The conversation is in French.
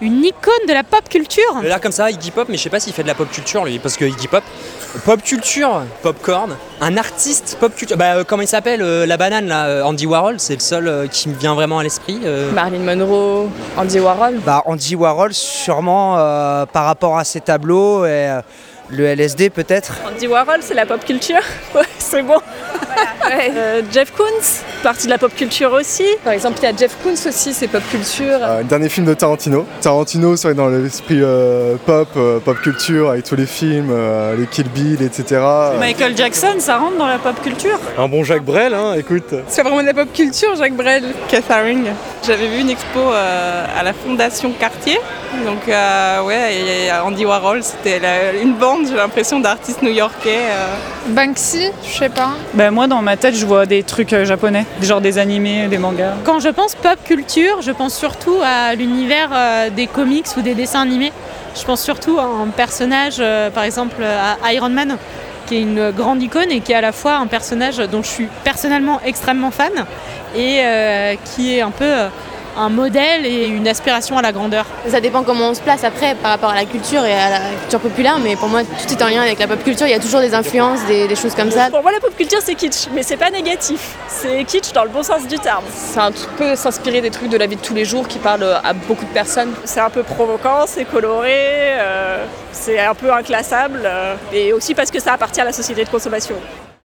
une icône de la pop culture. Là comme ça, Iggy Pop, mais je sais pas s'il fait de la pop culture lui, parce que Iggy Pop, pop culture, popcorn, un artiste pop culture. Bah euh, comment il s'appelle euh, La banane là, euh, Andy Warhol, c'est le seul euh, qui me vient vraiment à l'esprit. euh. Marilyn Monroe, Andy Warhol. Bah, Andy Warhol, sûrement euh, par rapport à ses tableaux et euh, le LSD peut-être. Andy Warhol, c'est la pop culture Ouais, c'est bon. Euh, Jeff Koons, partie de la pop culture aussi. Par exemple, il y a Jeff Koons aussi, c'est pop culture. Euh, dernier film de Tarantino. Tarantino, c'est vrai, dans l'esprit euh, pop, euh, pop culture, avec tous les films, euh, les Kill Bill, Euh, etc. Michael Jackson, ça rentre dans la pop culture Un bon Jacques Brel, hein, écoute. C'est vraiment de la pop culture, Jacques Brel. Catharing. J'avais vu une expo euh, à la Fondation Cartier. Donc, euh, ouais, et Andy Warhol, c'était la- une bande, j'ai l'impression, d'artistes new-yorkais. euh. Banksy, je sais pas. Ben moi dans ma tête je vois des trucs euh, japonais, genre des animés, des mangas. Quand je pense pop culture, je pense surtout à l'univers euh, des comics ou des dessins animés. Je pense surtout à un personnage, euh, par exemple euh, à Iron Man, qui est une grande icône et qui est à la fois un personnage dont je suis personnellement extrêmement fan et euh, qui est un peu euh, un modèle et une aspiration à la grandeur. Ça dépend comment on se place après par rapport à la culture et à la culture populaire, mais pour moi tout est en lien avec la pop culture, il y a toujours des influences, des, des choses comme ça. Pour moi, la pop culture, c'est kitsch, mais c'est pas négatif. C'est kitsch dans le bon sens du terme. Ça peut s'inspirer des trucs de la vie de tous les jours qui parlent euh, à beaucoup de personnes. C'est un peu provocant, c'est euh, coloré, c'est un peu inclassable, et aussi parce que ça appartient à la société de consommation.